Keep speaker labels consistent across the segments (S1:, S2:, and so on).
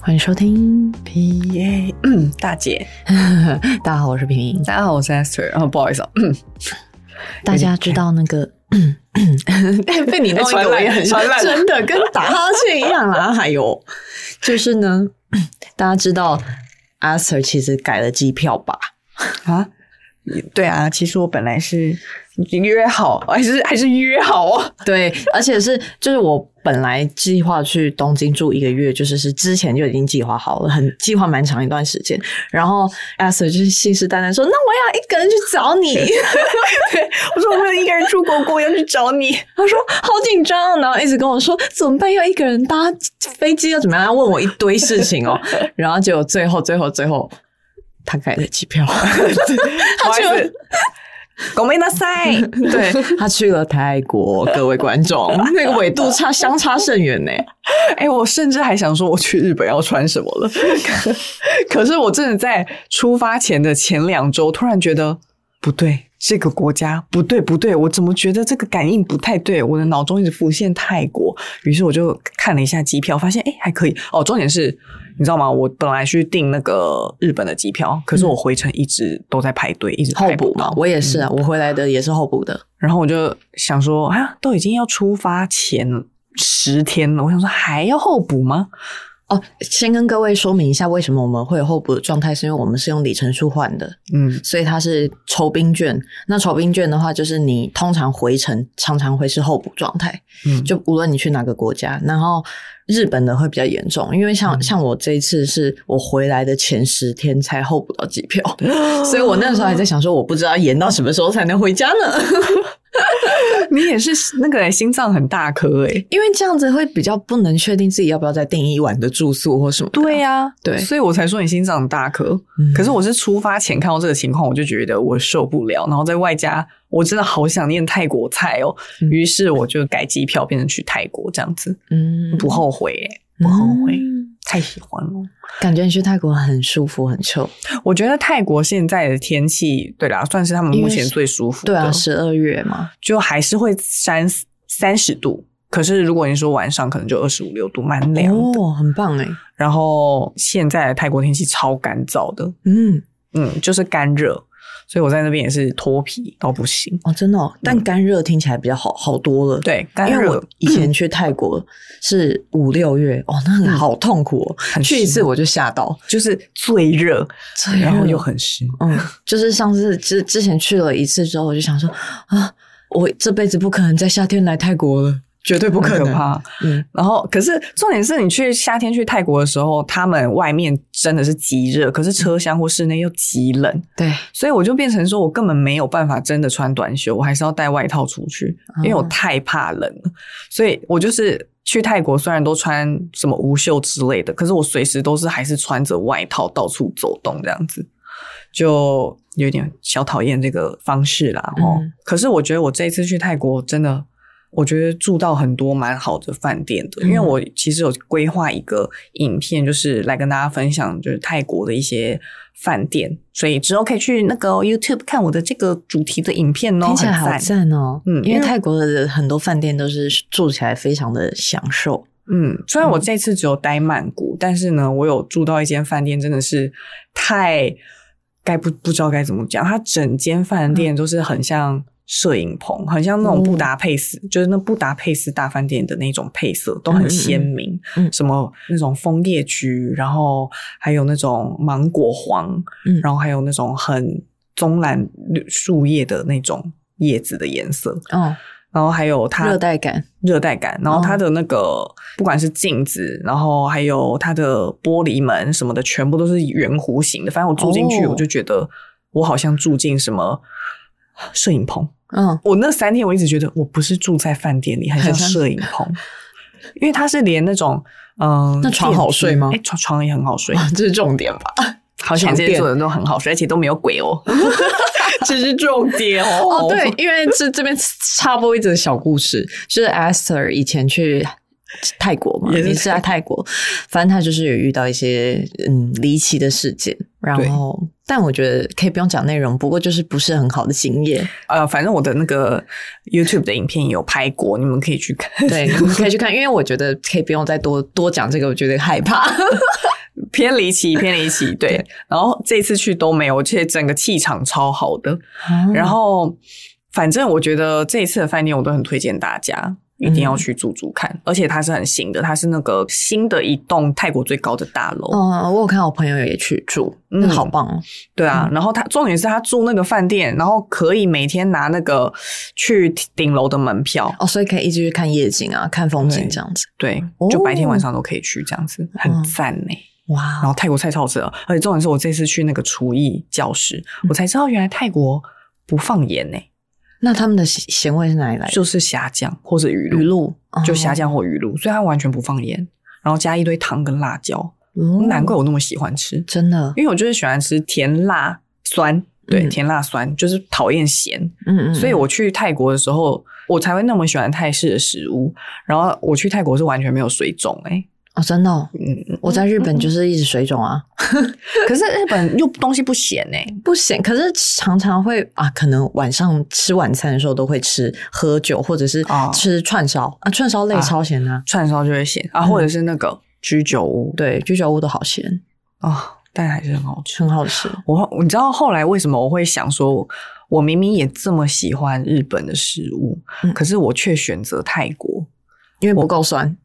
S1: 欢迎收听。
S2: P A，嗯，大姐，
S1: 大家好，我是平平。
S2: 大家好，我是 Esther。哦，不好意思、啊，
S1: 大家 知道那个 被你弄一
S2: 哎传
S1: 个
S2: 染
S1: 我也很
S2: 传染
S1: 真的跟打哈欠一样啦。还有就是呢，大家知道 Aster 其实改了机票吧？
S2: 啊，对啊，其实我本来是约好，还是还是约好啊。
S1: 对，而且是就是我本来计划去东京住一个月，就是是之前就已经计划好了，很计划蛮长一段时间。然后 Aster 就是信誓旦旦说：“那我要一个人去找你。”
S2: 我说我没有一个人出国过，要去找你。
S1: 他说好紧张，然后一直跟我说怎么办，要一个人搭飞机要怎么样，问我一堆事情 哦。然后结果最后最后最后，他改了机票，
S2: 不好意思，ごめんなさい。
S1: 对他去了泰国。各位观 众，那个纬度差相差甚远呢。
S2: 哎、我甚至还想说我去日本要穿什么了，可可是我真的在出发前的前两周，突然觉得不对，这个国家不对不对，我怎么觉得这个感应不太对？我的脑中一直浮现泰国，于是我就看了一下机票，发现哎、还可以哦。重点是，你知道吗？我本来去订那个日本的机票，可是我回程一直都在排队，一直
S1: 嗯候
S2: 排不
S1: 补
S2: 到
S1: 嘛，。我也是啊，我回来的也是候补的。
S2: 然后我就想说，啊，都已经要出发前十天了，我想说还要候补吗？
S1: 哦，先跟各位说明一下，为什么我们会有候补的状态，是因为我们是用里程数换的。
S2: 嗯，
S1: 所以它是酬宾券。那酬宾券的话，就是你通常回程常常会是候补状态，
S2: 嗯
S1: 就无论你去哪个国家，然后日本的会比较严重，因为
S2: 嗯
S1: 像、像我这一次是我回来的前十天才候补到机票， 所以我那时候还在想说，我不知道延到什么时候才能回家呢，
S2: 你也是那个、欸、心脏很大颗哎、
S1: 因为这样子会比较不能确定自己要不要再订一晚的住宿或什么的。
S2: 对呀、
S1: 对
S2: 所以我才说你心脏很大颗。
S1: 嗯
S2: 可是我是出发前看到这个情况，我就觉得我受不了，然后在外加我真的好想念泰国菜哦，
S1: 嗯
S2: 于是我就改机票变成去泰国这样子，
S1: 嗯
S2: 不后悔哎、不后悔，太喜欢了。
S1: 感觉你去泰国很舒服，很 chill。
S2: 我觉得泰国现在的天气，对啦，算是他们目
S1: 因
S2: 前
S1: 为
S2: 最舒服的，
S1: 对啊，十二月嘛，
S2: 就还是会三三十度。可是如果你说晚上，可能就二十五六度，蛮凉的。
S1: 哦，很棒哎，
S2: 然后现在的泰国天气超干燥的，
S1: 嗯。
S2: 嗯，就是干热，所以我在那边也是脱皮到不行。
S1: 哦，真的、哦，
S2: 嗯
S1: 但干热听起来比较好好多了。，
S2: 对，干
S1: 因为我
S2: 热
S1: 以前去泰国是五六月，哦，那个好痛苦哦，
S2: 嗯很
S1: 去一
S2: 湿
S1: 次我就吓到，
S2: 就是最热，
S1: 最
S2: 然后
S1: 热
S2: 又很湿。
S1: 嗯，就是上次之之前去了一次之后，我就想说啊，我这辈子不可能在夏天来泰国了，绝对不可
S2: 很
S1: 能。
S2: 可怕，
S1: 嗯，
S2: 然后可是重点是你去夏天去泰国的时候，他们外面真的是极热，可是车厢或室内又极冷，
S1: 对，
S2: 所以我就变成说我根本没有办法真的穿短袖，我还是要带外套出去，因为我
S1: 嗯
S2: 太怕冷了。所以我就是去泰国，虽然都穿什么无袖之类的，可是我随时都是还是穿着外套到处走动这样子，就有点小讨厌这个方式啦。哦、
S1: 嗯
S2: 可是我觉得我这一次去泰国真的。我觉得住到很多蛮好的饭店的，因为
S1: 嗯
S2: 我其实有规划一个影片，就是来跟大家分享，就是泰国的一些饭店，所以之后可以去那个 YouTube 看我的这个主题的影片哦，
S1: 听起来
S2: 很
S1: 好
S2: 赞
S1: 赞哦。
S2: 嗯
S1: 因
S2: 因
S1: 为
S2: 为
S1: 泰国的很多饭店都是住起来非常的享受。
S2: 嗯，虽然我这次只有待曼谷，但是呢，我有住到一间饭店，真的是太该不不知道该怎么讲，它整间饭店
S1: 嗯
S2: 都是很像摄影棚，很像那种布
S1: 哦
S2: 达佩斯，就是那布达佩斯大饭店的那种配色都很鲜明，
S1: 嗯嗯嗯
S2: 什么那种枫叶菊，然后还有那种芒果黄，
S1: 嗯
S2: 然后还有那种很棕蓝绿树叶的那种叶子的颜色，
S1: 哦，
S2: 然后还有它
S1: 嗯热带感，
S2: 热带感，
S1: 哦
S2: 然后它的那个、不管是镜子，然后还有它的玻璃门什么的，全部都是圆弧形的。反正我住进去，
S1: 哦
S2: 我就觉得我好像住进什么摄影棚。
S1: 嗯，
S2: 我那三天我一直觉得我不是住在饭店里，很像
S1: 很像
S2: 摄影 棚，因为它是连那种嗯、
S1: 那床好睡吗
S2: 哎、床床也很好睡，
S1: 这是重点吧？ 好
S2: 常
S1: 想
S2: 见
S1: 店
S2: 做。的都很好吃，而且都没有鬼哦， 这是重点哦。
S1: 哦，对，因为这这边插播一则小故事，就是 Esther 以前去泰国嘛，
S2: 也
S1: 也
S2: 是
S1: 是在泰国，反正她就是有遇到一些嗯离奇的事件，然
S2: 对
S1: 后但我觉得可以不用讲内容，不过就是不是很好的经 验，
S2: 呃，反正我的那个 YouTube 的影片也有拍过，你们可以去看。
S1: 对，你们可以去看，因为我觉得可以不用再多多讲这个，我觉得害怕。
S2: 偏离奇，偏离 奇，对。然后这次去都没有，而且整个气场超好的。
S1: 嗯
S2: 然后，反正我觉得这一次的饭店我都很推荐大家。一定要去住住看，
S1: 嗯
S2: 而且它是很新的，它是那个新的一栋泰国最高的大楼。
S1: 嗯，我有看到我朋友也去住，那
S2: 嗯
S1: 好棒哦！
S2: 对啊，然后他重点是他住那个饭店，然后可以每天拿那个去顶楼的门票，
S1: 哦，所以可以一直去看夜景啊，看风景
S2: 对
S1: 这样子。
S2: 对
S1: 哦，嗯
S2: 就白天晚上都可以去这样子，很赞呢、
S1: 哇
S2: 然，后泰国菜超好吃的，而且重点是我这次去那个厨艺教室，
S1: 嗯
S2: 我才知道原来泰国不放盐呢、
S1: 那他们的咸咸味是哪里来的？
S2: 就是虾酱或者鱼露，
S1: 鱼露哦
S2: 就虾酱或鱼露，所以它完全不放盐，然后加一堆糖跟辣椒，
S1: 哦
S2: 难怪我那么喜欢吃，
S1: 真的，
S2: 因为我就是喜欢吃甜辣酸，对，
S1: 嗯
S2: 甜辣酸就是讨厌咸，
S1: 嗯嗯，
S2: 所以
S1: 嗯
S2: 我去泰国的时候，我才会那么喜欢泰式的食物。然后我去泰国是完全没有水肿哎、
S1: 哦，真的哦，
S2: 嗯，
S1: 我在日本就是一直水肿啊，
S2: 可是日本又东西不咸哎、
S1: 不行。可是常常会啊，可能晚上吃晚餐的时候都会吃喝酒，或者是
S2: 哦
S1: 吃串烧啊，串烧类
S2: 啊
S1: 超咸啊，
S2: 串烧就会咸啊，
S1: 嗯
S2: 或者是那个居酒屋，
S1: 对，居酒屋都好咸，
S2: 啊、但还是很好吃。
S1: 很好吃。
S2: 我你知道后来为什么我会想说，我明明也这么喜欢日本的食物，
S1: 嗯
S2: 可是我却选择泰国。
S1: 因为不够酸，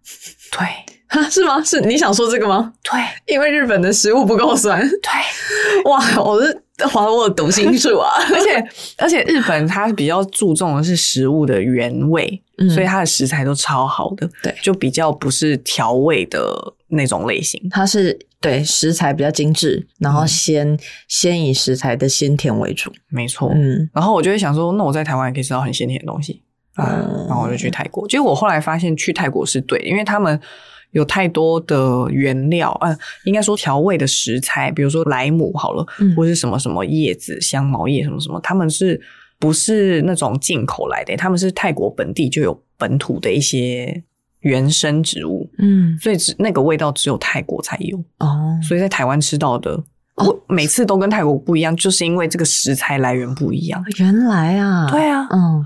S2: 对
S1: 哈，是吗？是你想说这个吗？
S2: 对
S1: 因为日本的食物不够酸，
S2: 对，
S1: 哇，我是华我读心术啊，
S2: 而且而且日本它比较注重的是食物的原味，
S1: 嗯
S2: 所以它的食材都超好的，
S1: 对
S2: 就比较不是调味的那种类型。
S1: 它是对食材比较精致，然
S2: 嗯
S1: 后先、先以食材的鲜甜为主，
S2: 没错，
S1: 嗯，
S2: 然后我就会想说，那我在台湾也可以吃到很鲜甜的东西啊，
S1: 嗯
S2: 然后我就去泰国。结果我后来发现去泰国是对的，因为他们有太多的原料，嗯、应该说调味的食材，比如说莱姆好了，
S1: 嗯
S2: 或是什么什么叶子、香茅叶什么什么，他们是不是那种进口来的？他们是泰国本地就有本土的一些原生植物，
S1: 嗯，
S2: 所以只那个味道只有泰国才有。
S1: 哦，
S2: 所以在台湾吃到的，我每次都跟泰国不一样，就是因为这个食材来源不一样。
S1: 哦原来啊，
S2: 对啊，
S1: 嗯，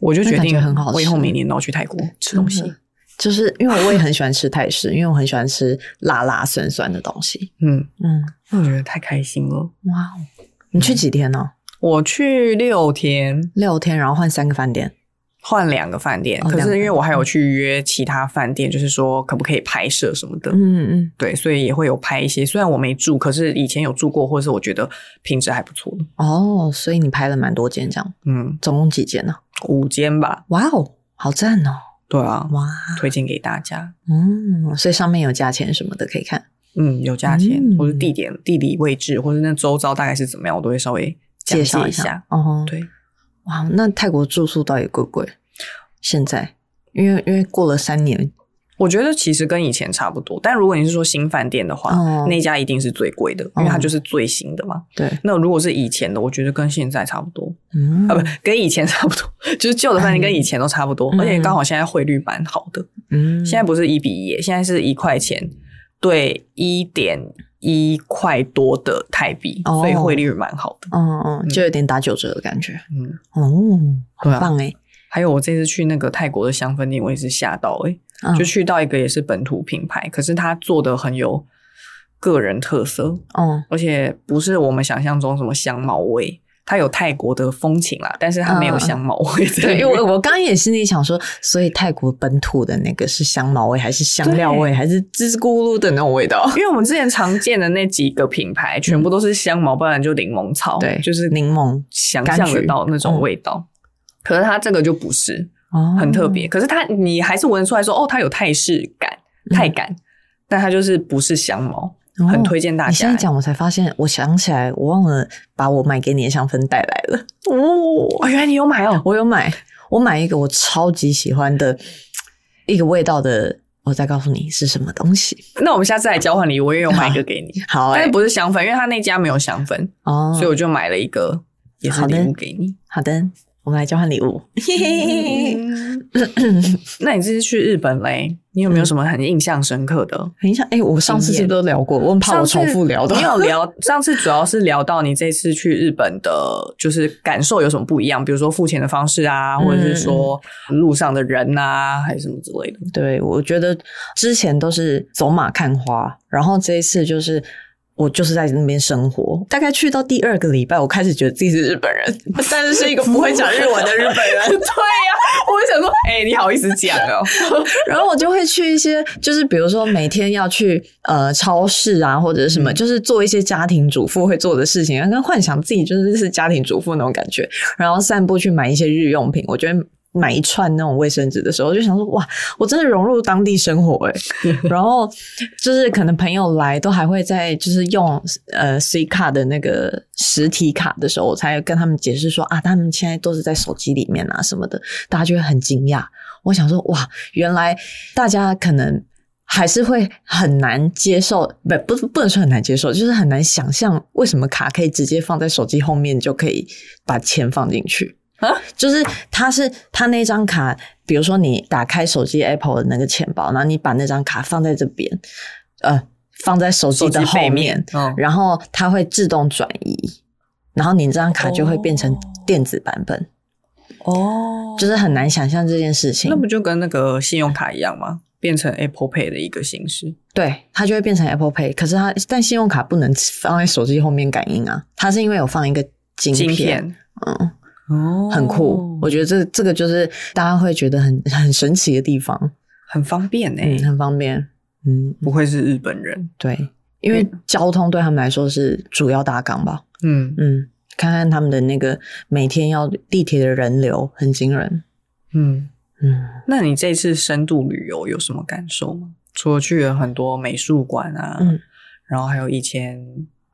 S2: 我就决
S1: 那感
S2: 定
S1: 觉很好吃
S2: 我以后每年都要去泰国吃东西
S1: 真。的就是因为我也很喜欢吃泰式，因为我很喜欢吃辣辣酸酸的东西，
S2: 嗯，
S1: 嗯，
S2: 那我觉得太开心了。
S1: 哇哦，你去几天呢、
S2: 我去六天，
S1: 六天，然后换三个饭店，
S2: 换两个饭店，
S1: 哦
S2: 可
S1: 两个
S2: 是因为我还有去约其他饭店，就是说可不可以拍摄什么的。
S1: 嗯嗯，
S2: 对，所以也会有拍一些，虽然我没住，可是以前有住过，或者是我觉得品质还不错的。
S1: 哦，所以你拍了蛮多间这样，
S2: 嗯，
S1: 总共几间呢、
S2: 五间吧。
S1: 哇哦，好赞哦，
S2: 对啊，
S1: 哇，
S2: 推荐给大家。
S1: 嗯，所以上面有价钱什么的可以看，
S2: 嗯，有价钱，
S1: 嗯
S2: 或是地点、地理位置，或是那周遭大概是怎么样，我都会稍微介
S1: 介
S2: 绍
S1: 绍
S2: 一
S1: 一下
S2: 下。。
S1: 哦，
S2: 对，
S1: 哇，那泰国住宿到底贵不贵？现在，因为因为过了三年，
S2: 我觉得其实跟以前差不多，但如果你是说新饭店的话，
S1: 哦
S2: 那家一定是最贵的，因为它就是最新的嘛。
S1: 对，
S2: 那如果是以前的，我觉得跟现在差不多、
S1: 嗯
S2: 啊，不，跟以前差不多， 就是旧的饭店跟以前都差不多，
S1: 嗯
S2: 而且刚好现在汇率蛮好的，
S1: 嗯
S2: 现在不是一比一，现在是一块钱对一点一块多的泰币，
S1: 哦
S2: 所以汇率蛮好的。
S1: 嗯嗯，就有点打九折的感觉，
S2: 嗯，
S1: 哦，很
S2: 对啊
S1: 棒哎，
S2: 还有我这次去那个泰国的香氛店，我也是吓到诶、欸
S1: 嗯
S2: 就去到一个也是本土品牌，可是它做的很有个人特色，
S1: 嗯
S2: 而且不是我们想象中什么香茅味，它有泰国的风情啦，但是它没有香茅味
S1: 嗯
S2: 在
S1: 对，
S2: 里面、
S1: 因为我我刚刚也心里想说，所以泰国本土的那个是香茅味，还是香料味，还是吱吱咕噜的那种味道？
S2: 因为我们之前常见的那几个品牌，全部都是香茅，不然就柠檬草，
S1: 嗯对嗯
S2: 就是
S1: 柠檬
S2: 想象得到那种味道。可是它这个就不是
S1: 哦
S2: 很特别，可是它你还是闻得出来说，哦，它有泰式感、
S1: 嗯
S2: 泰感，但它就是不是香茅，很推荐大家。
S1: 哦你现在讲，我才发现，我想起来，我忘了把我买给你的香氛带来 了。
S2: 哦，原来你有买哦，
S1: 我有买，我买一个我超级喜欢的一个味道的我再告诉你是什么东西。
S2: 那我们下次来交换礼物，因为我买一个给你，
S1: 好
S2: 但
S1: 哎、
S2: 是不是香氛，因为他那家没有香氛，
S1: 哦
S2: 所以我就买了一个也是
S1: 好的
S2: 礼物给你。
S1: 好的，我们来交换礼 物。嘿嘿嘿嘿
S2: 嗯那你这次去日本嘞，你有没有
S1: 嗯
S2: 什么很印象深刻的？
S1: 很想哎、我上次是不是都聊过？我很怕我重复聊的
S2: 上。次没有聊。上次主要是聊到你这次去日本的，就是感受有什么不一样，比如说付钱的方式啊，
S1: 嗯
S2: 或者是说路上的人啊，还是什么之类的。
S1: 对，我觉得之前都是走马看花，然后这一次就是我就是在那边生活，大概去到第二个礼拜，我开始觉得自己是日本人， 但是是一个不会讲日文的日本
S2: 对
S1: 人。
S2: 呀、我就想说，哎、你好意思讲 哦？
S1: 然后我就会去一些，就是比如说每天要去呃超市啊，或者是什么，
S2: 嗯
S1: 就是做一些家庭主妇会做的事情，跟幻想自己就是是家庭主妇那种感觉。然后散步去买一些日用品，我觉得。买一串那种卫生纸的时候，我就想说哇，我真的融入当地生活哎、然后就是可能朋友来都还会在就是用呃 C 卡的那个实体卡的时候，我才跟他们解释说啊，他们现在都是在手机里面啊什么的，大家就会很惊讶。我想说，哇，原来大家可能还是会很难接受，不不不能说很难接受，就是很难想象为什么卡可以直接放在手机后面就可以把钱放进去
S2: 啊。
S1: 就是它是它那张卡，比如说你打开手机 Apple 的那个钱包，然后你把那张卡放在这边，呃，放在手机的
S2: 手机
S1: 后
S2: 背
S1: 面，
S2: 面嗯
S1: 然后它会自动转移，然后你这张卡就会变成
S2: 哦
S1: 电子版本，
S2: 哦
S1: 就是很难想象这件事情。
S2: 那不就跟那个信用卡一样吗？变成 Apple Pay 的一个形式。
S1: 对，它就会变成 Apple Pay。可是它但信用卡不能放在手机后面感应啊，它是因为有放一个晶片，
S2: 晶片
S1: 嗯，
S2: 哦
S1: 很酷。我觉得这这个就是大家会觉得很很神奇的地方，
S2: 很方便哎、
S1: 嗯，很方便，嗯，
S2: 不愧是日本人。
S1: 对，因为交通对他们来说是主要大纲吧，
S2: 嗯
S1: 嗯，看看他们的那个每天要地铁的人流很惊人，
S2: 嗯，
S1: 嗯。
S2: 那你这次深度旅游有什么感受吗？除了去了很多美术馆啊，
S1: 嗯
S2: 然后还有以前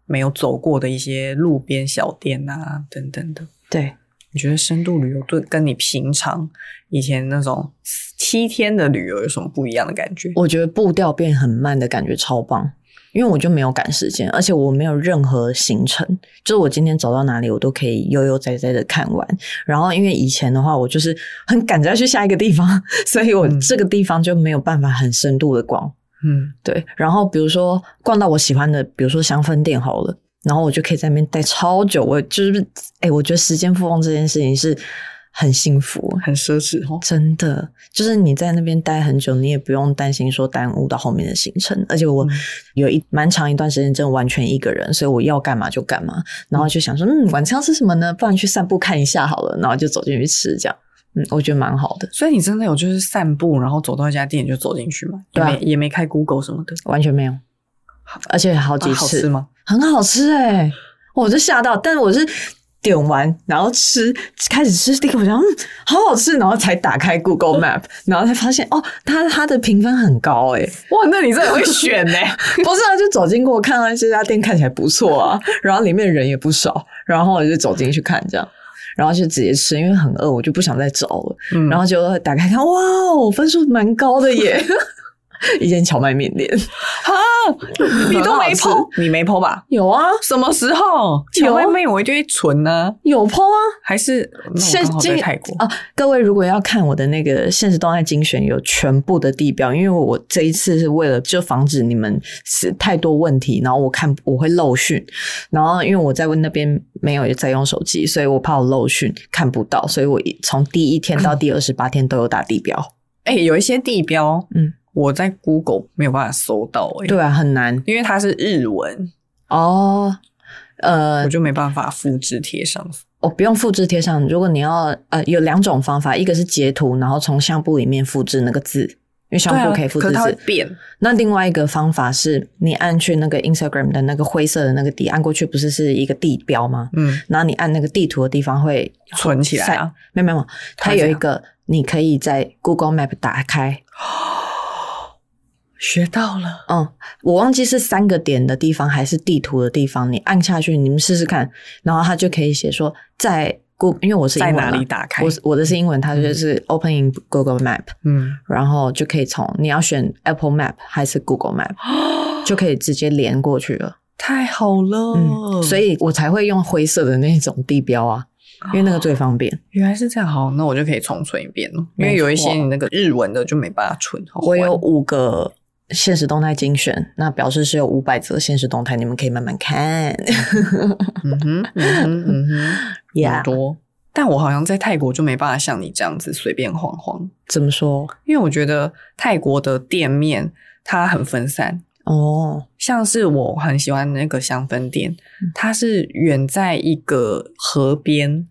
S2: 没有走过的一些路边小店啊等等的，
S1: 对，
S2: 你觉得深度旅游对跟你平常以前那种七天的旅游有什么不一样的感觉？
S1: 我觉得步调变很慢的感觉超棒，因为我就没有赶时间，而且我没有任何行程，就是我今天走到哪里，我都可以悠悠哉哉的看完。然后因为以前的话，我就是很赶着要去下一个地方， 所以我
S2: 嗯
S1: 这个地方就没有办法很深度的逛。
S2: 嗯，
S1: 对，然后比如说逛到我喜欢的，比如说香氛店好了，然后我就可以在那边待超久。我就是，哎，我觉得时间富翁这件事情是很幸福，
S2: 很奢侈哦。
S1: 真的，就是你在那边待很久，你也不用担心说耽误到后面的行程。而且我
S2: 嗯
S1: 有一蛮长一段时间真的完全一个人，所以我要干嘛就干嘛。然后就想说，嗯，晚餐要吃什么呢？不然去散步看一下好了。然后就走进去吃，这样，嗯，我觉得蛮好的。
S2: 所以你真的有就是散步，然后走到一家店你就走进去吗？
S1: 对啊
S2: 也没也没开 Google 什么的，
S1: 完全没有，而且好几
S2: 啊好
S1: 次，
S2: 吃吗？
S1: 很好吃哎、我就吓到，但我是。点完，然后吃，开始吃第一个，我想，嗯，好好吃，然后才打开 Google Map，然后才发现，哦，它它的评分很高哎、
S2: 哇，那你真的会 选呢、
S1: 不是啊，就走经过看到这家店看起来不错啊， 然后里面人也不少，然后我就走进去看这样，然后就直接吃，因为很饿，我就不想再找了，
S2: 嗯
S1: 然后就打开看，哇哦，分数蛮高的耶， 一间荞麦面店
S2: 啊，你都没
S1: 很好
S2: PO，你没 PO 吧？
S1: 有啊，
S2: 什么时候？
S1: 有啊
S2: 荞麦面我一定会存呢、
S1: 有 PO 啊，
S2: 还是那我刚好在泰国？
S1: 啊，各位如果要看我的那个现实动态精选，有全部的地标，因为我这一次是为了就防止你们是太多问题，然后我看我会漏讯，然后因为我在那边没有在用手机，所以我怕我漏讯看不到，所以我一从第一天到第二十八天都有打地 标。
S2: 哎、有一些地标，
S1: 嗯，
S2: 我在 Google 没有办法搜到、哎，
S1: 对，啊，很难
S2: 因为它是日文，
S1: 哦。呃
S2: 我，就没办法复制贴上。
S1: 我不用复制贴上。如果你要，呃，有两种方法，一个是截图，然后从相簿里面复制那个字，因为相
S2: 对啊
S1: 簿可以复制
S2: 可
S1: 字。
S2: 它会变。
S1: 那另外一个方法是，你按去那个 Instagram 的那个灰色的那个底，按过去不是是一个地标吗？
S2: 嗯，
S1: 然后你按那个地图的地方会
S2: 存起来啊
S1: 晒，没有没有，没有它
S2: 它会
S1: 有
S2: 怎
S1: 一
S2: 样
S1: 个你可以在 Google Map 打开，
S2: 学到了。
S1: 嗯，我忘记是三个点的地方还是地图的地方，你按下去，你们试试看，然后它就可以写说在 Go，因为我是英文嘛
S2: 在哪里打开
S1: 我是我的是英文，它就是 Open in Google Map，
S2: 嗯，
S1: 然后就可以从你要选 Apple Map 还是 Google Map，就可以直接连过去了。
S2: 太好了，
S1: 嗯，所以我才会用灰色的那种地标啊，因为那个最方便。
S2: 原来是这样，好，那我就可以重存一遍了。因为有一些你那个日文的就没办法存。好
S1: 我有
S2: 烦
S1: 五个现实动态精选，那表示是有五百则现实动态，你们可以慢慢看。
S2: 嗯哼，嗯哼， 嗯哼，
S1: 呀
S2: 很，多。但我好像在泰国就没办法像你这样子随便晃晃，
S1: 怎么说？
S2: 因为我觉得泰国的店面它很分散。
S1: 哦，
S2: 像是我很喜欢那个香氛店，
S1: 嗯
S2: 它是远在一个河边，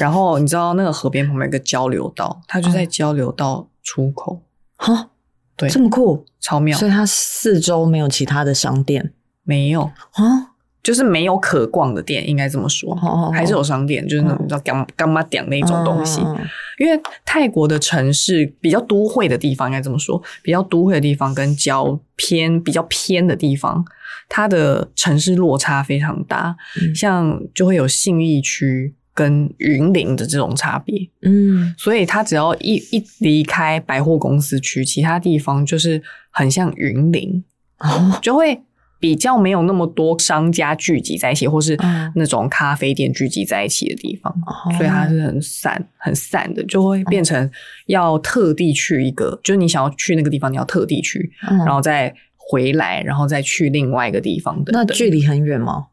S2: 然后你知道那个河边旁边有一个交流道，它
S1: 嗯
S2: 就在交流道出口，
S1: 哈，
S2: 对
S1: 这么酷，
S2: 超妙
S1: 所。以它四周没有其他的商店
S2: 没有，
S1: 啊？
S2: 就是没有可逛的店，应该这么说。
S1: 哦哦哦嗯
S2: 还是有商店，就是那种叫干干妈店那一种东西。
S1: 嗯嗯嗯
S2: 因为泰国的城市比较都会的地方，应该这么说，比较都会的地方跟较偏比较偏的地方，它的城市落差非常大，
S1: 嗯
S2: 像就会有信义区跟云林的这种差别。
S1: 嗯，
S2: 所以它只要一一离开百货公司区，其他地方就是很像云林，
S1: 哦，
S2: 就会比较没有那么多商家聚集在一起，或是
S1: 嗯
S2: 那种咖啡店聚集在一起的地方，
S1: 哦
S2: 所以它是很散、很散的，就会变成要特地去一个，就是你想要去那个地方，你要特地去，
S1: 嗯
S2: 然后再回来，然后再去另外一个地方的。
S1: 那距离很远吗？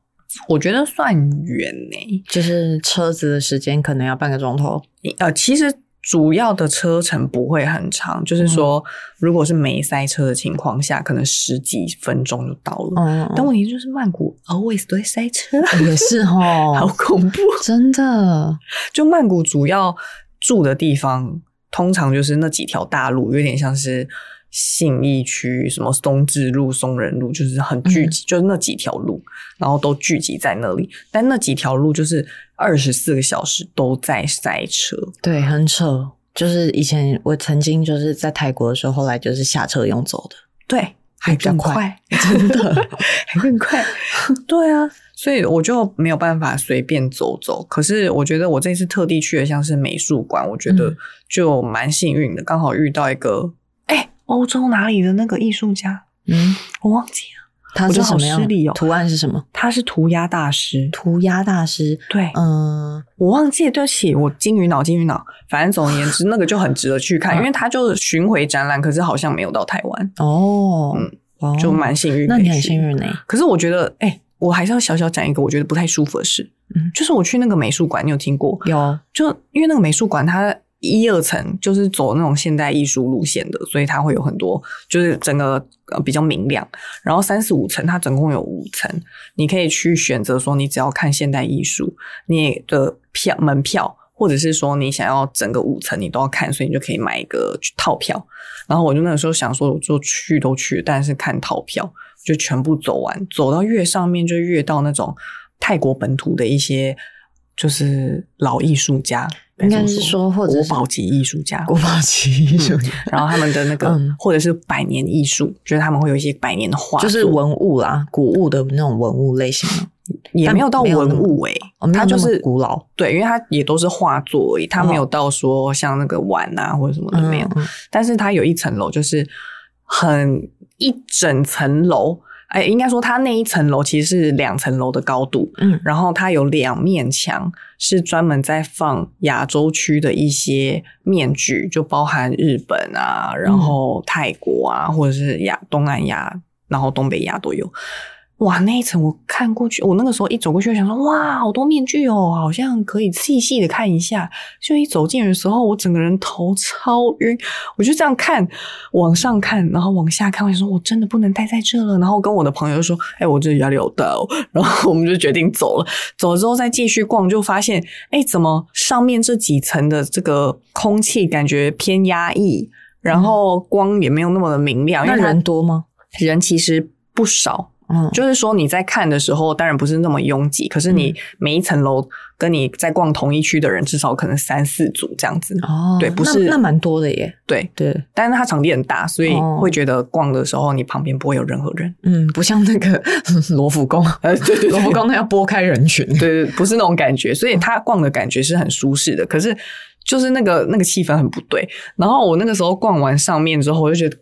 S2: 我觉得算远欸呢、
S1: 就是车子的时间可能要半个钟头。
S2: 呃，其实。主要的车程不会很长，就是说，
S1: 嗯
S2: 如果是没塞车的情况下，可能十几分钟就到了。
S1: 嗯，
S2: 但问题就是曼谷 always 都会塞车，
S1: 哦也是
S2: 好
S1: 哦，
S2: 恐怖。
S1: 真的，
S2: 就曼谷主要住的地方，通常就是那几条大路，有点像是信义区、什么松智路、松仁路，就是很聚集，就是那几条路，然后都聚集在那里。但那几条路就是二十四个小时都在塞车，
S1: 对，很扯。就是以前我曾经就是在泰国的时候，后来就是下车用走的。
S2: 对，还
S1: 比较
S2: 更
S1: 快
S2: 快， 真的还更 快，对啊，所以我就没有办法随便走走。可是我觉得我这次特地去的像是美术馆，我觉得
S1: 嗯
S2: 就蛮幸运的，刚好遇到一个哎，欧洲哪里的那个艺术家，
S1: 嗯，
S2: 我忘记了，
S1: 它
S2: 我
S1: 是
S2: 觉得
S1: 什
S2: 好
S1: 么样
S2: 失礼哦
S1: 图案是什么？
S2: 他是涂鸦大师，
S1: 涂鸦大师。
S2: 对，
S1: 嗯
S2: 我忘记了，对不起，我金鱼脑，金鱼脑。反正总而言 之，那个就很值得去
S1: 嗯
S2: 看，因为他就是巡回展览，可是好像没有到台湾，
S1: 哦
S2: 嗯，
S1: 哦
S2: 就蛮幸运可
S1: 那
S2: 以去。
S1: 你很幸运呢。
S2: 可是我觉得，哎、我还是要小小讲一个我觉得不太舒服的事，
S1: 嗯
S2: 就是我去那个美术馆，你有听过？
S1: 有啊
S2: 就因为那个美术馆它一二层就是走那种现代艺术路线的，所以它会有很多，就是整个呃比较明亮。然后三四五层，它总共有五层，你可以去选择说，你只要看现代艺术，你的票门票。或者是说你想要整个五层你都要看，所以你就可以买一个套票。然后我就那个时候想说，我就去都去，但是看套票就全部走完，走到越上面就越到那种泰国本土的一些就是老艺术家，
S1: 应该是
S2: 该
S1: 说或者
S2: 国
S1: 是
S2: 宝级艺术家，
S1: 国宝级艺术，
S2: 然后他们的那个、
S1: 嗯
S2: 或者是百年艺术，就是他们会有一些百年的画
S1: 就
S2: 作，
S1: 是文物啦，古物的那种文物类型吗。
S2: 也没有到
S1: 但没有那
S2: 文
S1: 么
S2: 物诶、欸
S1: 哦没有
S2: 它就
S1: 那么
S2: 是
S1: 古老，
S2: 对，因为它也都是画作而已，它没有到说像那个碗啊或者什么的没有，
S1: 嗯
S2: 但是它有一层楼，就是很一整层楼，哎，应该说它那一层楼其实是两层楼的高度，
S1: 嗯
S2: 然后它有两面墙是专门在放亚洲区的一些面具，就包含日本啊，然后泰国啊，或者是亚东南亚，然后东北亚都有。哇，那一层我看过去，我那个时候一走过去，我想说哇，好多面具哦，好像可以细细的看一下。就一走近的时候，我整个人头超晕，我就这样看，往上看，然后往下看，我想说我真的不能待在这了。然后跟我的朋友就说，哎、我这压力好大哦。然后我们就决定走了。走了之后再继续逛，就发现，哎，怎么上面这几层的这个空气感觉偏压抑，然后光也没有那么的明亮，因
S1: 那
S2: 为它
S1: 人多吗？
S2: 人其实不少，
S1: 嗯，
S2: 就是说你在看的时候，当然不是那么拥挤，可是你每一层楼跟你在逛同一区的人，至少可能三四组这样子。
S1: 哦，
S2: 对不
S1: 那
S2: 是
S1: 那蛮多的耶，
S2: 对，
S1: 对，
S2: 但是它场地很大，所以
S1: 哦
S2: 会觉得逛的时候你旁边不会有任何 人。
S1: 嗯，不像那个 罗浮宫，
S2: 呃，对对
S1: 罗浮宫那要拨开人群，
S2: 对对，不是那种感觉，所以他逛的感觉是很舒适的，可是就是那个那个气氛很不对。然后我那个时候逛完上面之后，我就觉得。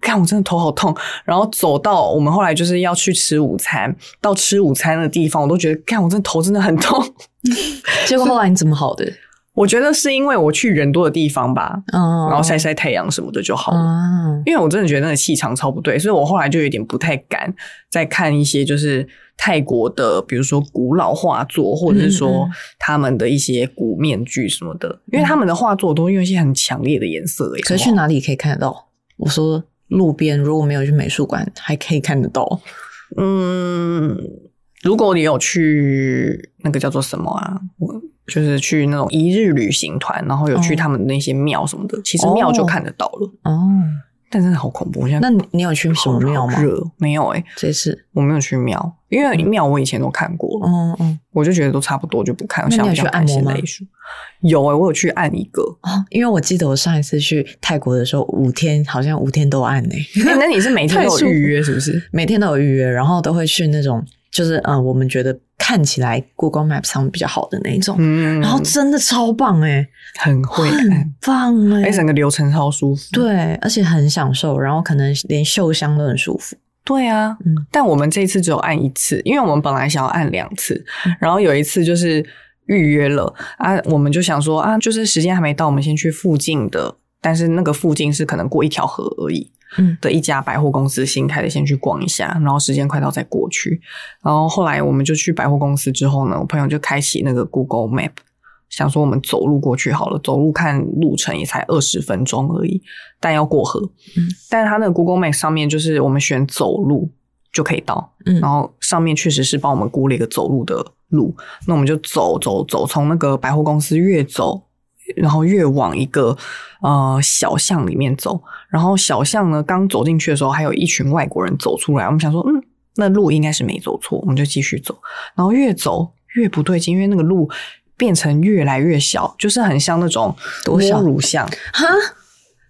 S2: 看，我真的头好痛。然后走到我们后来就是要去吃午餐，到吃午餐的地方，我都觉得，看，我真的头真的很痛。
S1: 结果后来你怎么好的？
S2: 我觉得是因为我去人多的地方吧，
S1: 嗯，
S2: 然后晒晒太阳什么的就好了。
S1: 啊，
S2: 因为我真的觉得那个气场超不对，所以我后来就有点不太敢再看一些就是泰国的，比如说古老画作，或者是说
S1: 嗯嗯嗯
S2: 他们的一些古面具什么的，因为他们的画作都用一些很强烈的颜色、欸。
S1: 可是去
S2: 什么
S1: 哪里可以看得到？我说路边如果没有去美术馆，还可以看得到。
S2: 嗯，如果你有去那个叫做什么啊，我就是去那种一日旅行团，然后有去
S1: 哦
S2: 他们的那些庙什么的，其实庙就看得到了，
S1: 哦，
S2: 但真的好恐怖。我现在
S1: 那你你有去什
S2: 好
S1: 么庙吗嗯
S2: 好？热没有哎、
S1: 这次，
S2: 我没有去庙，因为庙我以前都看过。
S1: 嗯嗯，
S2: 我就觉得都差不多，就不看。我
S1: 那你
S2: 想
S1: 有
S2: 比较
S1: 去按
S2: 看
S1: 摩
S2: 现代
S1: 吗。
S2: 艺术？有诶、我有去按一个
S1: 哦，因为我记得我上一次去泰国的时候，五天好像五天都按呢、
S2: 诶那你是每天
S1: 太
S2: 都
S1: 舒
S2: 有
S1: 服
S2: 预约是不是？
S1: 每天都有预约，然后都会去那种就是呃，我们觉得看起来 Google Map 上比较好的那一种，
S2: 嗯
S1: 然后真的超棒哎、
S2: 很会按
S1: 很，棒哎、
S2: 哎、整个流程超舒服。
S1: 对，而且很享受，然后可能连嗅香都很舒服。
S2: 对啊，
S1: 嗯
S2: 但我们这一次只有按一次，因为我们本来想要按两次，
S1: 嗯
S2: 然后有一次就是预约了啊，我们就想说啊，就是时间还没到，我们先去附近的，但是那个附近是可能过一条河而已。
S1: 嗯
S2: 的一家百货公司新开的，先去逛一下，然后时间快到再过去。然后后来我们就去百货公司之后呢，我朋友就开启那个 Google Map，想说我们走路过去好了，走路看路程也才二十分钟而已，但要过河。
S1: 嗯，
S2: 但是它那个 Google Map 上面就是我们选走路就可以到，
S1: 嗯
S2: 然后上面确实是帮我们估了一个走路的路，那我们就走走走，从那个百货公司越走，然后越往一个呃小巷里面走，然后小巷呢刚走进去的时候，还有一群外国人走出来，我们想说，嗯，那路应该是没走错，我们就继续走，然后越走越不对劲，因为那个路。变成越来越小，就是很像那种
S1: 多小
S2: 摸乳巷，
S1: 哈，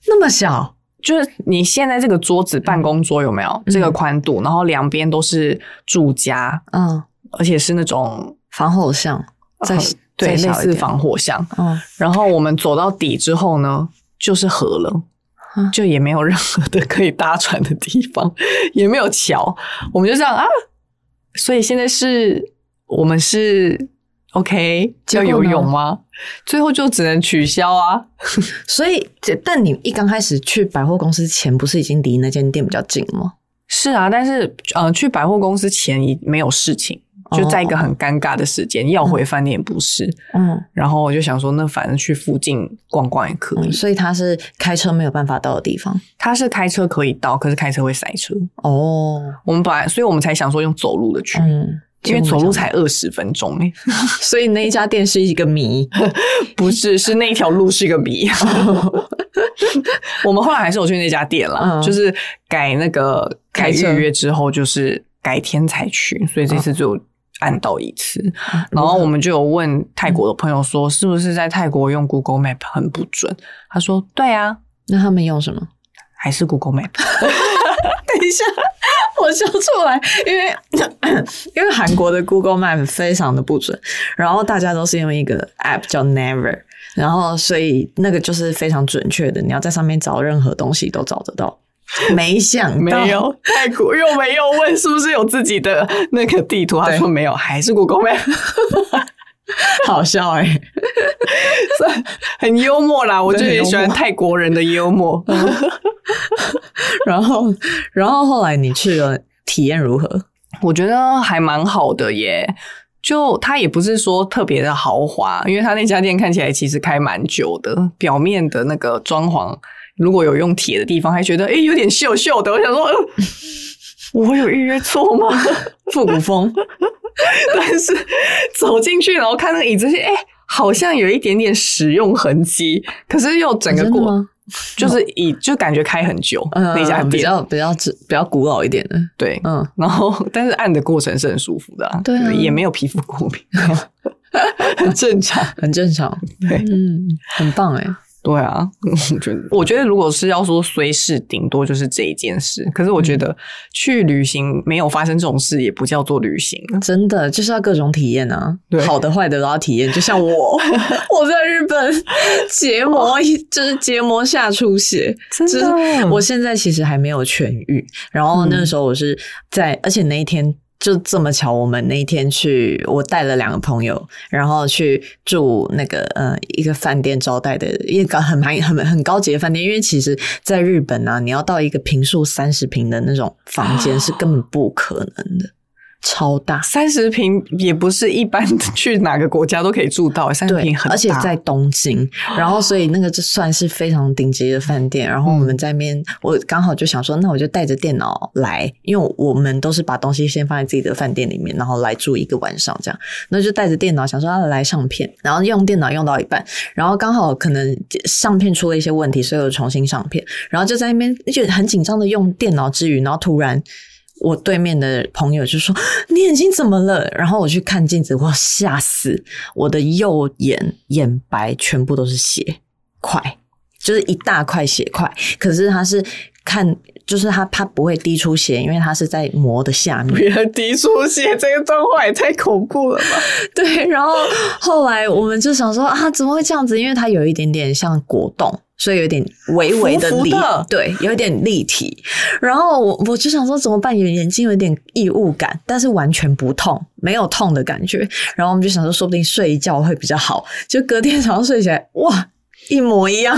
S1: 那么小，
S2: 就是你现在这个桌子办公桌有没有、这个宽度？然后两边都是住家，
S1: 嗯，
S2: 而且是那种
S1: 防火巷再、
S2: 呃对
S1: 再
S2: 类
S1: 小一
S2: 似
S1: 点，
S2: 防火巷。
S1: 嗯，
S2: 然后我们走到底之后呢，就是河了
S1: 嗯。
S2: 就也没有任何的可以搭船的地方， 也没有桥，我们就这样啊。所以现在是我们是 OK
S1: 结
S2: 要
S1: 果呢
S2: 游泳吗？最后就只能取消啊。
S1: 所以这但你一刚开始去百货公司前，不是已经离那间店比较近吗？
S2: 是啊，但是呃，去百货公司前一没有事情，就在一个很尴尬的时间，要回饭店也不是。
S1: 哦嗯，
S2: 然后我就想说，那反正去附近逛逛也可以。
S1: 嗯所以它是开车没有办法到的地方
S2: 他是开车可以到，可是开车会塞车。
S1: 哦。
S2: 我们本来，所以我们才想说用走路的去，
S1: 嗯，
S2: 因为走路才二十分钟、欸。
S1: 所以那一家店是一个 谜。
S2: 不是，是那一条路是个谜。 我们后来还是有去那家店啦，
S1: 嗯
S2: 就是改那个改
S1: 改
S2: 预
S1: 车
S2: 约之后，就是改天才去，所以这次就按到一次。
S1: 嗯
S2: 然后我们就有问泰国的朋友说，是不是在泰国用 Google Map 很不准？他说，对啊，
S1: 那他们用什么？
S2: 还是 Google Map。
S1: 等一下，我笑出来，因为因为韩国的 Google Map 非常的不准，然后大家都是用一个 app 叫 Never，然后所以那个就是非常准确的，你要在上面找任何东西都找得到。没想到，
S2: 没有泰国又没有问是不是有自己的那个地图，他
S1: 对
S2: 说没有，还是 Google Map，
S1: 好笑哎、
S2: 很幽默啦。我就
S1: 对很
S2: 也
S1: 幽默
S2: 喜欢泰国人的幽 默。
S1: 然后，然后后来你去了，体验如何？
S2: 我觉得还蛮好的耶。就它也不是说特别的豪华，因为它那家店看起来其实开蛮久的，表面的那个装潢，如果有用铁的地方，还觉得诶、有点锈锈的。我想说，呃我有预约错吗？
S1: 复古风，
S2: 但是走进去然后看那个椅子，诶、好像有一点点使用痕迹，可是又整个
S1: 哦真的
S2: 过
S1: 吗
S2: 就是以就感觉开很久、
S1: 嗯，
S2: 那家
S1: 比
S2: 店，
S1: 较比较比较古老一点的，
S2: 对，
S1: 嗯，
S2: 然后但是按的过程是很舒服的、啊，
S1: 对啊
S2: 也没有皮肤过敏， 很正常。
S1: 很正常，
S2: 对
S1: 嗯，很棒哎、
S2: 对啊，我觉得，我觉得如果是要说虽事，顶多就是这一件事。可是我觉得去旅行没有发生这种事，也不叫做旅行。
S1: 真的就是要各种体验啊
S2: 对，
S1: 好的坏的都要体验。就像我，我在日本结膜一就是结膜下出血，
S2: 真的
S1: 就是我现在其实还没有痊愈。然后那
S2: 嗯
S1: 时候我是在，而且那一天。就这么巧，我们那一天去，我带了两个朋友，然后去住那个呃一个饭店招待的一个很蛮很很高级的饭店，因为其实在日本啊，你要到一个平数三十平的那种房间
S2: 啊
S1: 是根本不可能的，超大，
S2: 三十平也不是一般去哪个国家都可以住到，三十
S1: 对
S2: 平，很大，
S1: 而且在东 京，然后所以那个就算是非常顶级的饭店。然后我们在那 边，我刚好就想说，那我就带着电脑来，因为我们都是把东西先放在自己的饭店里面，然后来住一个晚上这样。那就带着电脑想说啊要来上片，然后用电脑用到一半，然后刚好可能上片出了一些问题，所以我重新上片，然后就在那边就很紧张的用电脑之余，然后突然。我对面的朋友就说：“你眼睛怎么了？”然后我去看镜子，我吓死！我的右眼眼白全部都是血块，就是一大块血块。可是它是看，就是它它不会滴出血，因为它是在膜的下面。
S2: 别提出血这个状况也太恐怖了吧？
S1: 对，然后后来我们就想说啊，怎么会这样子？因为它有一点点像果冻，所以有点微微的
S2: 浮浮
S1: 立，
S2: 的
S1: 对，有一点立体。然后我我就想说怎么办？眼眼睛有点异物感，但是完全不痛，没有痛的感觉。然后我们就想说，说不定睡一觉会比较好。就隔天早上睡起来，哇，一模一样。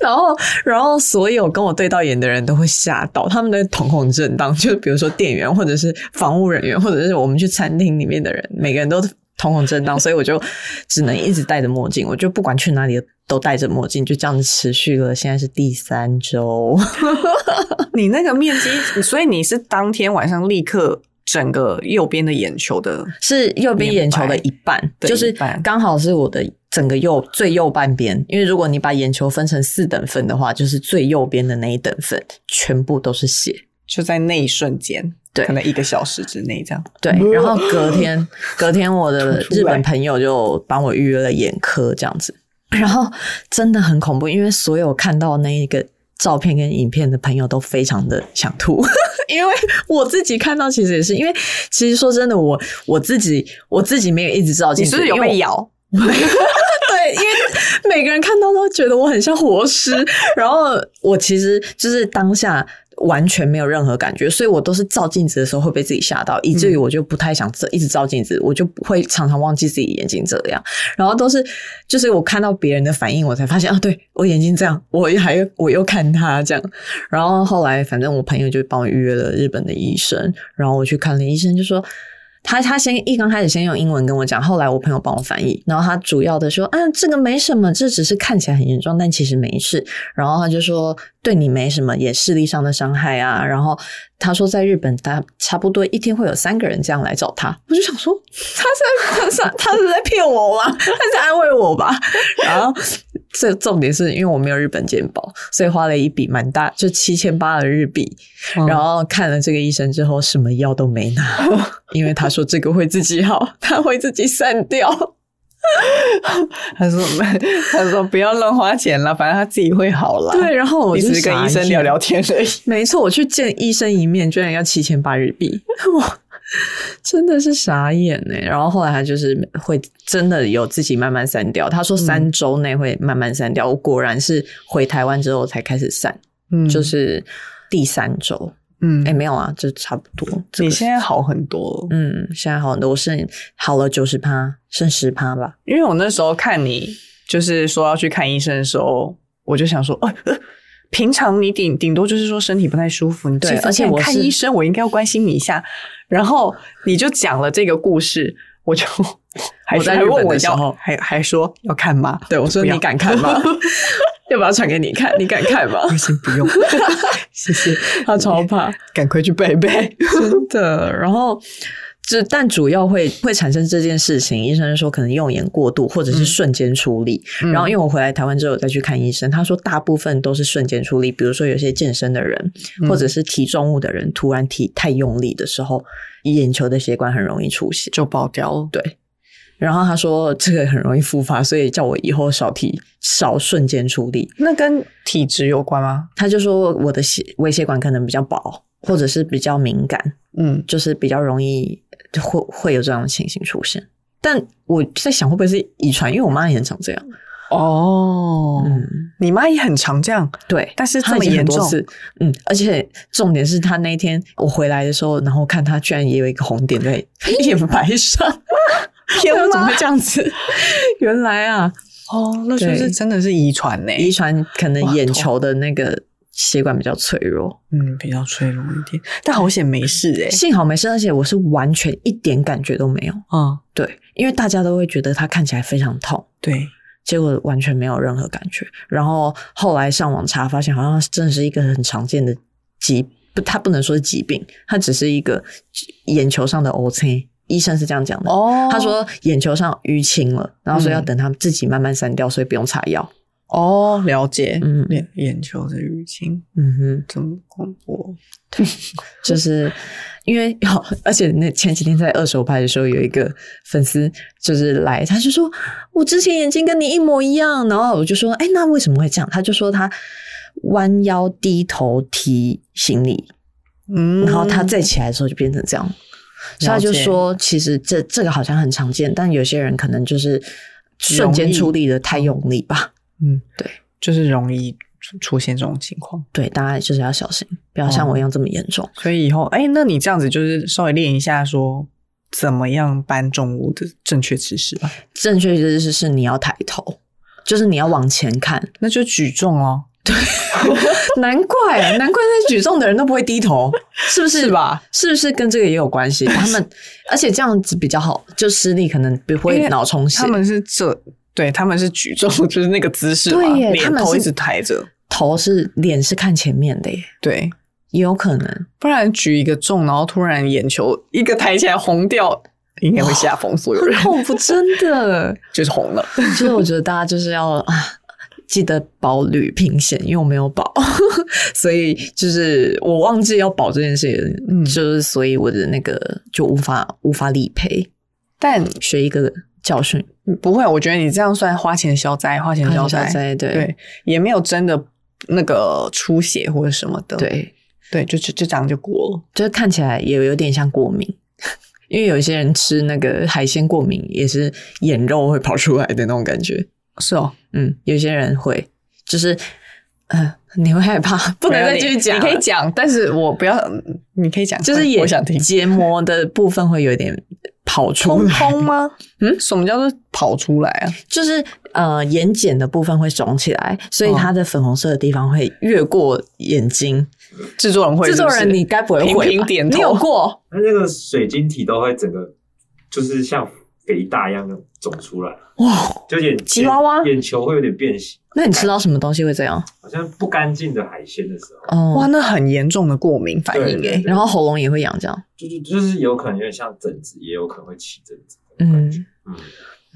S1: 然后，然后所有跟我对到眼的人都会吓到，他们的瞳孔震荡。就是比如说店员，或者是房务人员，或者是我们去餐厅里面的人，每个人都瞳孔震荡，所以我就只能一直戴着墨镜。我就不管去哪里都戴着墨镜，就这样子持续了。现在是第三周，
S2: 你那个面积，所以你是当天晚上立刻整个右边的眼球的，
S1: 是右边眼球的一半，
S2: 对
S1: 就是
S2: 一半
S1: 刚好是我的整个右最右半边。因为如果你把眼球分成四等份的话，就是最右边的那一等份全部都是血。
S2: 就在那一瞬间，
S1: 对
S2: 可能一个小时之内这样。
S1: 对，然后隔天，隔天我的
S2: 吐出来
S1: 日本朋友就帮我预约了眼科这样子，然后真的很恐怖，因为所有看到那一个照片跟影片的朋友都非常的想吐， 因为我自己看到其实也是，因为其实说真的，我我自己我自己没有一直照
S2: 你
S1: 镜
S2: 是
S1: 子，
S2: 不是有
S1: 因为我
S2: 被咬？
S1: 对，因为每个人看到都觉得我很像活尸， 然后我其实就是当下完全没有任何感觉，所以我都是照镜子的时候会被自己吓到，以至于我就不太想这一直照镜子，我就不会常常忘记自己眼睛这样，然后都是就是我看到别人的反应，我才发现啊，对我眼睛这样，我还我又看他这样，然后后来反正我朋友就帮我预约了日本的医生，然后我去看了医生，就说。他他先一刚开始先用英文跟我讲，后来我朋友帮我翻译，然后他主要的说，啊，这个没什么，这只是看起来很严重，但其实没事。然后他就说，对你没什么，也视力上的伤害啊。然后他说，在日本他差不多一天会有三个人这样来找他，我就想说，他是在他是他是在骗我吗？他是在安慰我吧？然后这重点是因为我没有日本健保，所以花了一笔蛮大，就七千八的日币，
S2: 嗯
S1: 然后看了这个医生之后，什么药都没 拿，因为他说这个会自己好，他会自己散掉。
S2: 他说他说不要乱花钱了，反正他自己会好了。
S1: 对，，然后我
S2: 你
S1: 就
S2: 只是跟
S1: 傻
S2: 医生
S1: 眼
S2: 聊聊。天而已。
S1: 没错，我去见医生一面，居然要七千八日币， 哇，真的是傻眼呢。然后后来他就是会真的有自己慢慢散掉，他说三周内会慢慢散掉。我果然是回台湾之后才开始散，
S2: 嗯
S1: 就是第三周，
S2: 嗯
S1: 哎、没有啊，就差不多。这
S2: 你
S1: 个
S2: 现在好很多，哦
S1: 嗯，现在好很多，我剩好了九十趴，剩十趴吧。
S2: 因为我那时候看你就是说要去看医生的时候，我就想说，哦、呃平常你顶顶多就是说身体不太舒服，你
S1: 对
S2: 这次
S1: 而且
S2: 竟然
S1: 我
S2: 看
S1: 是
S2: 医生，我应该要关心你一下。然后你就讲了这个故事，我就还
S1: 我在
S2: 还
S1: 日本
S2: 问我
S1: 的时
S2: 要
S1: 候
S2: 还还说要看吗？
S1: 对，我说
S2: 不要
S1: 你敢看 吗？要不要传给你看？你敢看吗？
S2: 不行，不 用，谢谢，
S1: 他超怕，
S2: 赶快去背背。
S1: 真的。然后这但主要会会产生这件事情，医生说可能用眼过度或者是瞬间出力。
S2: 嗯
S1: 然后因为我回来台湾之后再去看医生，他说大部分都是瞬间出力，比如说有些健身的人、
S2: 嗯
S1: 或者是提重物的人，突然提太用力的时候，眼球的血管很容易出血。
S2: 就爆掉了。
S1: 对，然后他说这个很容易复发，所以叫我以后少提少瞬间出力。
S2: 那跟体质有关吗？
S1: 他就说我的血微血管可能比较薄，或者是比较敏感，
S2: 嗯，
S1: 就是比较容易会会有这样的情形出现。但我在想会不会是遗传，因为我妈也很常这样。
S2: 哦，
S1: 嗯，
S2: 你妈也很常这样，
S1: 对，
S2: 但是这
S1: 她
S2: 么
S1: 已经很
S2: 严
S1: 多
S2: 重，
S1: 次嗯，而且重点是她那一天我回来的时候，然后看她居然也有一个红点在 眼白上，
S2: 天
S1: 我想怎么
S2: 哪
S1: 会！这样 子？原来啊，
S2: 哦，那就是
S1: 对
S2: 真的是遗传呢，
S1: 遗传可
S2: 哇
S1: 能眼
S2: 痛
S1: 球的那个血管比较脆弱，
S2: 嗯，比较脆弱一点，但好险没事哎。
S1: 幸好没事，而且我是完全一点感觉都没有。
S2: 嗯，
S1: 对，因为大家都会觉得它看起来非常痛，
S2: 对，
S1: 结果完全没有任何感觉。然后后来上网查，发现好像真的是一个很常见的疾，不，它不能说是疾病，它只是一个眼球上的 O C。医生是这样讲的，
S2: 哦
S1: 他说眼球上淤青了，然后说要
S2: 嗯
S1: 等它自己慢慢散掉，所以不用擦药。
S2: 哦，了解，
S1: 嗯
S2: 眼眼球的淤青
S1: 嗯哼。
S2: 这么恐怖，
S1: 就是因为 有，而且那前几天在二手拍的时候，有一个粉丝就是来，他就说我之前眼睛跟你一模一样，然后我就说，哎，那为什么会这样？他就说他弯腰低头提行李，
S2: 嗯
S1: 然后他再起来的时候就变成这样，所以他就说，其实这这个好像很常见，但有些人可能就是瞬间出力的太用力吧。
S2: 嗯，
S1: 对，
S2: 就是容易出出现这种情况，
S1: 对，大家就是要小心，不要像我一样这么严重。
S2: 所以以后，哎，那你这样子就是稍微练一下说。怎么样搬重物的正确姿势吧？
S1: 正确的姿势是你要抬头，就是你要往前看。
S2: 那就举重哦，
S1: 难怪啊，难怪那些举重的人都不会低 头，是不是？
S2: 是？吧？
S1: 是不是跟这个也有关 系？他们，而且这样子比较好，就失力可能不
S2: 因
S1: 会
S2: 为
S1: 脑充血
S2: 他。们是这，对，他们是举重， 就是那个姿势嘛，
S1: 对耶
S2: 脸
S1: 他们
S2: 头一
S1: 是
S2: 直抬着，
S1: 头是脸是看前面的耶，
S2: 对，
S1: 也有可能。
S2: 不然举一个重，然后突然眼球一个抬起来红掉，应该会吓疯所有
S1: 很
S2: 人，
S1: 恐怖，真的。
S2: 就是红了。
S1: 所以我觉得大家就是要啊，记得保旅平险，因为我没有保， 所以就是我忘记要保这件事情，
S2: 嗯
S1: 就是所以我的那个就无法无法理赔，
S2: 但
S1: 学一个教训，
S2: 不会，我觉得你这样算花钱消灾，花钱消
S1: 小
S2: 灾，
S1: 灾，对
S2: 对，也没有真的那个出血或者什么的，
S1: 对，
S2: 对，就就就这样就过了。
S1: 就是看起来也有点像过敏。因为有一些人吃那个海鲜过敏，也是眼肉会跑出来的那种感觉。
S2: 是哦，
S1: 嗯，有些人会，就是，呃，你会害怕，不能再继续讲
S2: 你
S1: 了。
S2: 可以讲，但是我不要，嗯你可以讲，
S1: 就是
S2: 我
S1: 眼
S2: 想听。
S1: 结膜的部分会有点跑出
S2: 通
S1: 来，
S2: 通吗？ 嗯，什么叫做跑出来啊？
S1: 就是呃眼睑的部分会肿起来，所以
S2: 哦
S1: 它的粉红色的地方会越过眼睛。
S2: 制作人会
S1: 制
S2: 是
S1: 作
S2: 不是，
S1: 人，你该不会会吧
S2: 频频点头
S1: 你有过？
S3: 它那个水晶体都会整个就是像肥大一样那种肿出来，
S1: 哇，
S3: 就眼
S1: 吉娃娃
S3: 眼球会有点变形，
S1: 那你吃到什么东西会这样？
S3: 好像不干净的海鲜的时候，
S1: 哦、
S2: 哇，那很严重的过敏反应欸
S3: 对
S2: 诶。
S1: 然后喉咙也会痒，这样。
S3: 就就就是有可能有点像疹子，也有可能会起疹子。
S1: 嗯
S3: 嗯，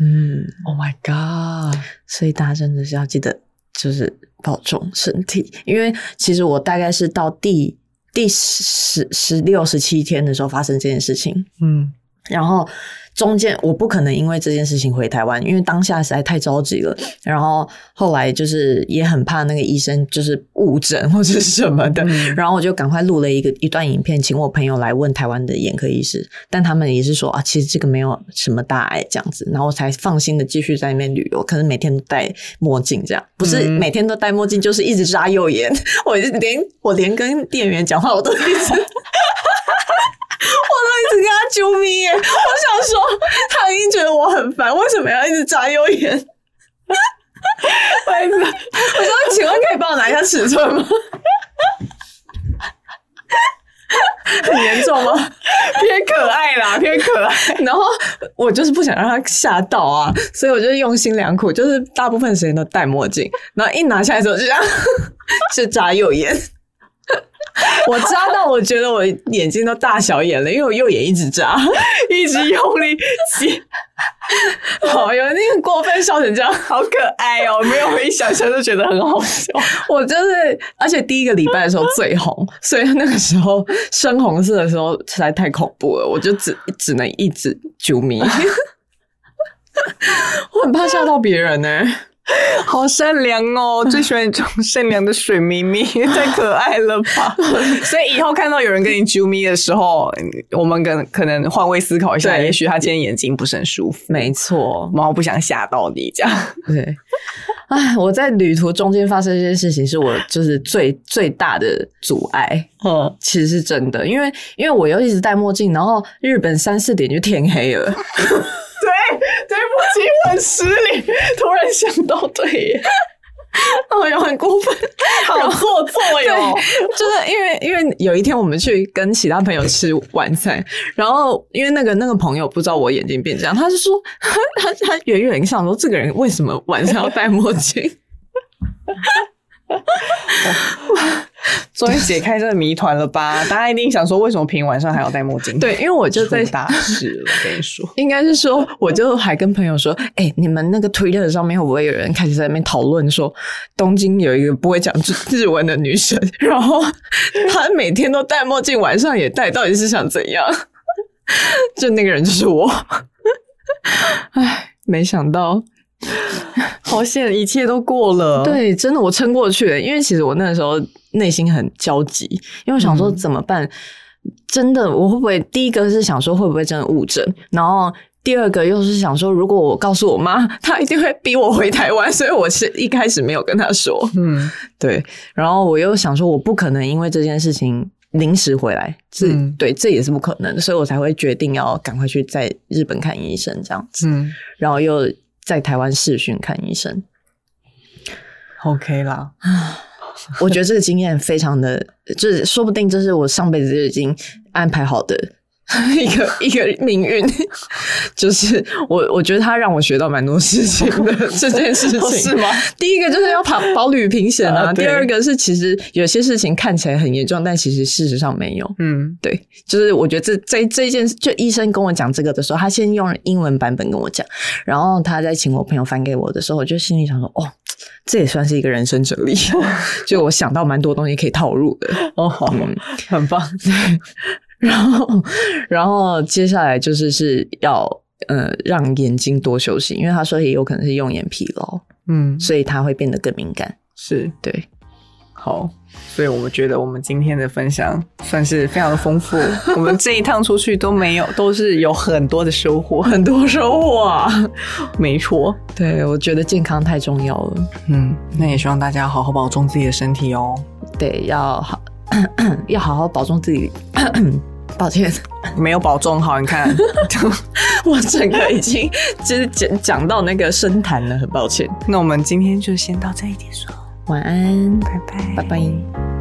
S1: 嗯，
S2: Oh my god！
S1: 所以大家真的是要记得，就是保重身体，因为其实我大概是到第第十十六十七天的时候发生这件事情。
S2: 嗯，
S1: 然后中间我不可能因为这件事情回台湾，因为当下实在太着急了。然后后来就是也很怕那个医生就是误诊或者是什么的，
S2: 嗯
S1: 然后我就赶快录了一个一段影片，请我朋友来问台湾的眼科医师，但他们也是说啊，其实这个没有什么大碍这样子，然后我才放心的继续在那边旅游。可是每天都戴墨镜，这样不是
S2: 嗯
S1: 每天都戴墨镜，就是一直眨右眼。 我连我连跟店员讲话，我都一直，我都一直跟他啾咪耶。我想说，他已经觉得我很烦，为什么要一直眨右眼？我说，请问可以帮我拿一下尺寸吗？很严重 吗？
S2: 偏可爱啦，偏可爱。
S1: 然后我就是不想让他吓到啊，所以我就用心良苦，就是大部 分时间都戴墨镜，然后一拿下来之后就这样就眨右眼。我扎到，我觉得我眼睛都大小眼了，因为我右眼一直扎，一直用力挤。好，有那个过分笑成这样，
S2: 好可爱哦！没有回想起来就觉得很好笑。
S1: 我真的，而且第一个礼拜的时候最红，所以那个时候深红色的时候实在太恐怖了，我就只只能一直啾 咪。我很怕吓到别人呢、
S2: 好善良哦，最喜欢你这种善良的水咪 咪，太可爱了吧！所以以后看到有人跟你啾咪的时候，我们可能可能换位思考一下，
S1: 对
S2: 也许他今天眼睛不是很舒服，
S1: 没错，
S2: 猫不想吓到你这样。
S1: 对，哎，我在旅途中间发生这些事情，是我就是最最大的阻碍，
S2: 嗯，
S1: 其实是真的，因为因为我又一直戴墨镜，然后日本三四点就天黑了，
S2: 对，对不起，我很失礼，突然想到，对耶，
S1: 哦，有很过分，
S2: 好哦做作 哟。
S1: 就是因为因为有一天我们去跟其他朋友吃晚餐，然后因为那个那个朋友不知道我眼睛变这样，他就说 他他远远想说这个人为什么晚上要戴墨镜，
S2: 终于解开这个谜团了吧？大家一定想说，为什么平晚上还要戴墨镜？
S1: 对，因为我就
S2: 出
S1: 在
S2: 大事了，我跟你说。
S1: 应该是说，我就还跟朋友说，哎、你们那个 Twitter 上面会不会有人开始在那边讨论说，东京有一个不会讲日日文的女生，然后她每天都戴墨镜，晚上也戴，到底是想怎样？ 就那个人就是我，哎，没想到，
S2: 好险，一切都过了。，
S1: 对，真的我撑过去了，因为其实我那个时候内心很焦急，因为我想说
S2: 嗯
S1: 怎么办？真的，我会不会第一个是想说会不会真的误诊，然后第二个又是想说，如果我告诉我妈， 她一定会逼我回台湾，所以我是一开始没有跟她说。
S2: 嗯，
S1: 对，然后我又想说，我不可能因为这件事情临时回来，这、
S2: 嗯
S1: 对这也是不可能的，所以我才会决定要赶快去在日本看医生这样子，
S2: 嗯
S1: 然后又在台湾视讯看医生。
S2: ，OK 啦，
S1: 我觉得这个经验非常的，就是说不定这是我上辈子就已经安排好的一个一个命运，就是我我觉得他让我学到蛮多事情 的这件事情。
S2: 哦是吗？
S1: 第一个就是要保保旅平险啊，
S2: 啊对
S1: 第二个是其实有些事情看起来很严重，但其实事实上没有。
S2: 嗯，
S1: 对，就是我觉得这这这件事，就医生跟我讲这个的时候，他先用英文版本跟我讲，然后他再请我朋友翻给我的时候，我就心里想说，哦，这也算是一个人生哲 理，就我想到蛮多东西可以套入的。
S2: 哦，好，
S1: 嗯，
S2: 很棒。
S1: 然后然后接下来就是是要呃让眼睛多休息，因为他说也有可能是用眼疲劳，
S2: 嗯，
S1: 所以他会变得更敏感。
S2: 是
S1: 对，
S2: 好，所以我们觉得我们今天的分享算是非常的丰富。我们这一趟出去都没有，都是有 很多的收获，
S1: 很多收获啊！
S2: 没错。
S1: 对，我觉得健康太重要了。
S2: 嗯，那也希望大家好好保重自己的身体哦。
S1: 对，要好 要好好保重自己。 抱歉，
S2: 没有保重好，你 看，
S1: 我整个已经就是讲讲到那个深谈了，很抱歉。
S2: 那我们今天就先到这里结束，
S1: 晚安，
S2: 拜拜，
S1: 拜拜。